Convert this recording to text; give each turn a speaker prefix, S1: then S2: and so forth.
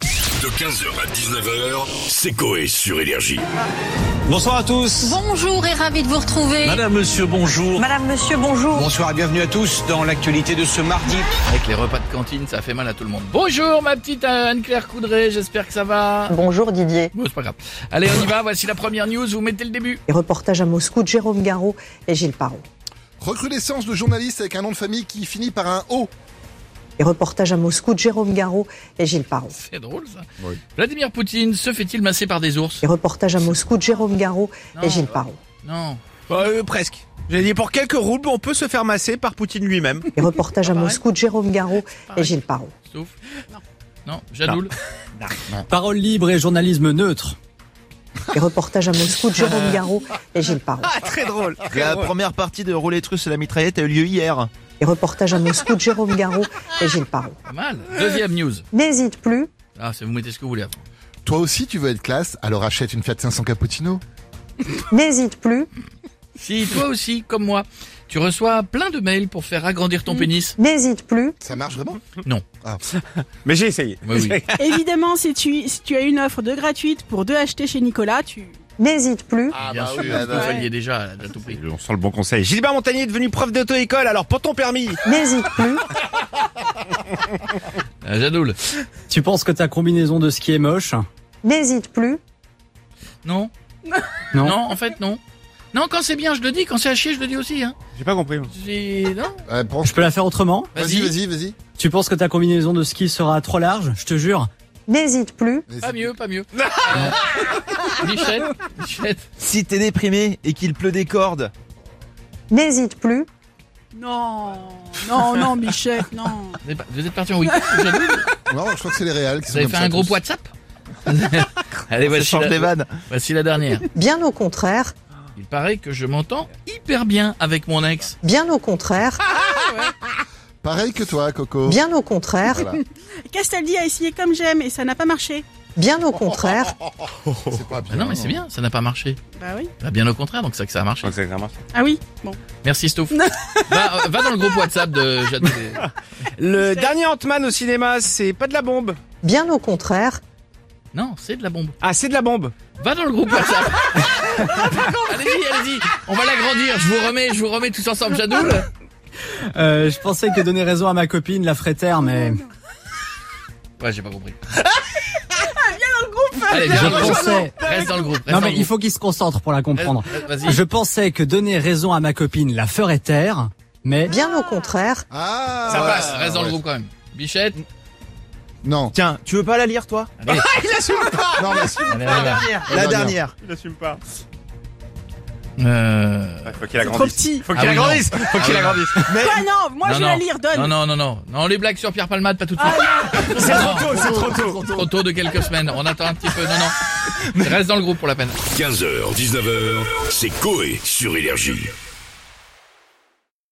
S1: De 15h à 19h, c'est Coé sur Énergie.
S2: Bonsoir à tous.
S3: Bonjour et ravi de vous retrouver.
S2: Madame, monsieur, bonjour.
S4: Madame, monsieur, bonjour.
S5: Bonsoir et bienvenue à tous dans l'actualité de ce mardi.
S6: Avec les repas de cantine, ça fait mal à tout le monde. Bonjour ma petite euh, Anne-Claire Coudray, j'espère que ça va.
S4: Bonjour Didier.
S6: Bon, c'est pas grave. Allez, on y va, voici la première news, vous mettez le début.
S4: Les reportages à Moscou de Jérôme Garraud et Gilles Parot.
S7: Recrudescence de journalistes avec un nom de famille qui finit par un O.
S4: Les reportages à Moscou de Jérôme Garraud et Gilles Parot.
S6: C'est drôle ça. Vladimir Poutine se fait-il masser par des ours
S4: Les reportages à Moscou de Jérôme Garraud
S6: Non.
S4: et Gilles Parot.
S6: Non.
S8: presque. J'ai dit pour quelques roubles, on peut se faire masser par Poutine lui-même.
S4: Les reportages à
S6: Pas pareil.
S4: Moscou de Jérôme Garraud et
S6: pareil.
S4: Gilles Parot.
S6: Sauf. Non. Non, Jadoul.
S9: Parole libre et journalisme neutre.
S4: Les reportages à Moscou de Jérôme Garraud et Gilles Parot.
S8: Très drôle.
S10: La première partie de Roulette russe et la mitraillette a eu lieu hier.
S4: Les reportages à Moscou de Jérôme Garraud et Gilles Parot.
S6: Pas mal. Deuxième news.
S4: N'hésite plus.
S6: Ah, c'est vous mettez ce que vous voulez. avant.
S7: Toi aussi tu veux être classe, alors achète une Fiat 500 Cappuccino.
S4: N'hésite plus.
S6: Si toi aussi, comme moi, tu reçois plein de mails pour faire agrandir ton pénis.
S4: N'hésite plus.
S7: Ça marche vraiment
S8: Mais j'ai essayé.
S6: Bah oui.
S11: Évidemment, si tu, si tu as une offre de gratuite pour deux achetés chez Nicolas, tu...
S4: N'hésite plus.
S7: Ah
S6: Bien sûr, vous
S11: bah ouais.
S6: valiez déjà à tout prix.
S8: On sent le bon conseil. Gilbert Montagnier est devenu prof d'auto-école, alors pour ton permis.
S4: N'hésite plus.
S6: Ah, Jadoul.
S9: Tu penses que ta combinaison de ski est moche
S4: N'hésite plus.
S6: Non.
S9: Non.
S6: en fait, non. Non, quand c'est bien, je le dis. Quand c'est à chier, je le dis aussi. Hein.
S8: J'ai pas compris.
S6: J'ai- Non.
S7: Ouais, pense-
S9: Je peux la faire autrement
S7: Vas-y, vas-y, vas-y.
S9: Tu penses que ta combinaison de ski sera trop large Je te jure.
S4: N'hésite plus.
S6: Pas mieux, pas mieux. Euh, Michel, Michel.
S10: Si t'es déprimé et qu'il pleut des cordes,
S4: N'hésite plus.
S11: Non, non, non, Bichette, non.
S6: Vous êtes pas- vous êtes parti en week-end Jadoul
S7: Non, je crois que c'est les réals qui
S6: Vous
S7: sont
S6: avez
S7: comme
S6: fait
S7: ça
S6: un gros
S7: tous.
S6: WhatsApp Allez,
S10: ça
S6: voici
S10: change les
S6: la,
S10: vannes.
S6: voici la dernière.
S4: Bien au contraire.
S6: Il paraît que je m'entends hyper bien avec mon ex.
S4: Bien au contraire.
S7: Pareil que toi, Coco.
S4: Bien au contraire.
S7: Voilà.
S11: Castaldi a essayé comme j'aime et ça n'a pas marché.
S4: Bien au contraire.
S7: C'est pas
S6: Ah
S7: bien.
S6: non, mais c'est bien, ça n'a pas marché.
S11: Bah oui.
S6: Bah, bien au contraire, donc c'est que ça a marché.
S11: Ah oui, bon.
S6: Merci Stouff. va, euh, va dans le groupe WhatsApp de Jadoul.
S8: Le dernier Ant-Man au cinéma, c'est pas de la bombe.
S4: Bien au contraire.
S6: Non, c'est de la bombe.
S8: Ah, c'est de la bombe.
S6: Va dans le groupe WhatsApp. allez-y, allez-y. On va l'agrandir. Je vous remets, je vous remets tous ensemble, Jadoul.
S9: Euh, je pensais que donner raison à ma copine la ferait taire, mais
S6: Ouais, j'ai pas compris. Allez, viens
S9: je
S6: dans le groupe.
S9: pensais.
S6: Reste dans le groupe. Reste
S9: Non
S6: dans
S9: mais
S6: le
S9: il
S6: groupe.
S9: faut qu'il se concentre pour la comprendre.
S6: Reste- Vas-y.
S9: Je pensais que donner raison à ma copine la ferait taire, mais
S4: Bien au contraire.
S7: Ah,
S8: Ça
S7: ouais.
S8: passe,
S6: Reste dans le
S7: Ouais.
S6: groupe quand même. Bichette.
S7: Non,
S10: Tiens, tu veux pas la lire toi
S6: Ah.
S7: non, mais c'est-
S6: Allez, allez, allez.
S10: La
S7: non.
S10: dernière.
S8: Il assume pas.
S6: Euh...
S8: faut qu'il
S11: Trop petit.
S8: Faut
S6: Ah
S8: qu'il
S6: oui, non.
S8: agrandisse. Faut qu'il
S6: Ah oui, non.
S8: agrandisse.
S11: Quoi, non, moi
S6: Non,
S11: je
S6: non.
S11: vais la lire, donne. Ah,
S6: Non, non, non, non. Non, les blagues sur Pierre Palmade, pas tout de suite.
S8: Ah, C'est trop tôt, c'est trop tôt.
S6: Trop tôt de quelques semaines. On attend un petit peu. Non, non. Reste dans le groupe pour la peine.
S1: 15h, 19h, c'est Coé sur Énergie.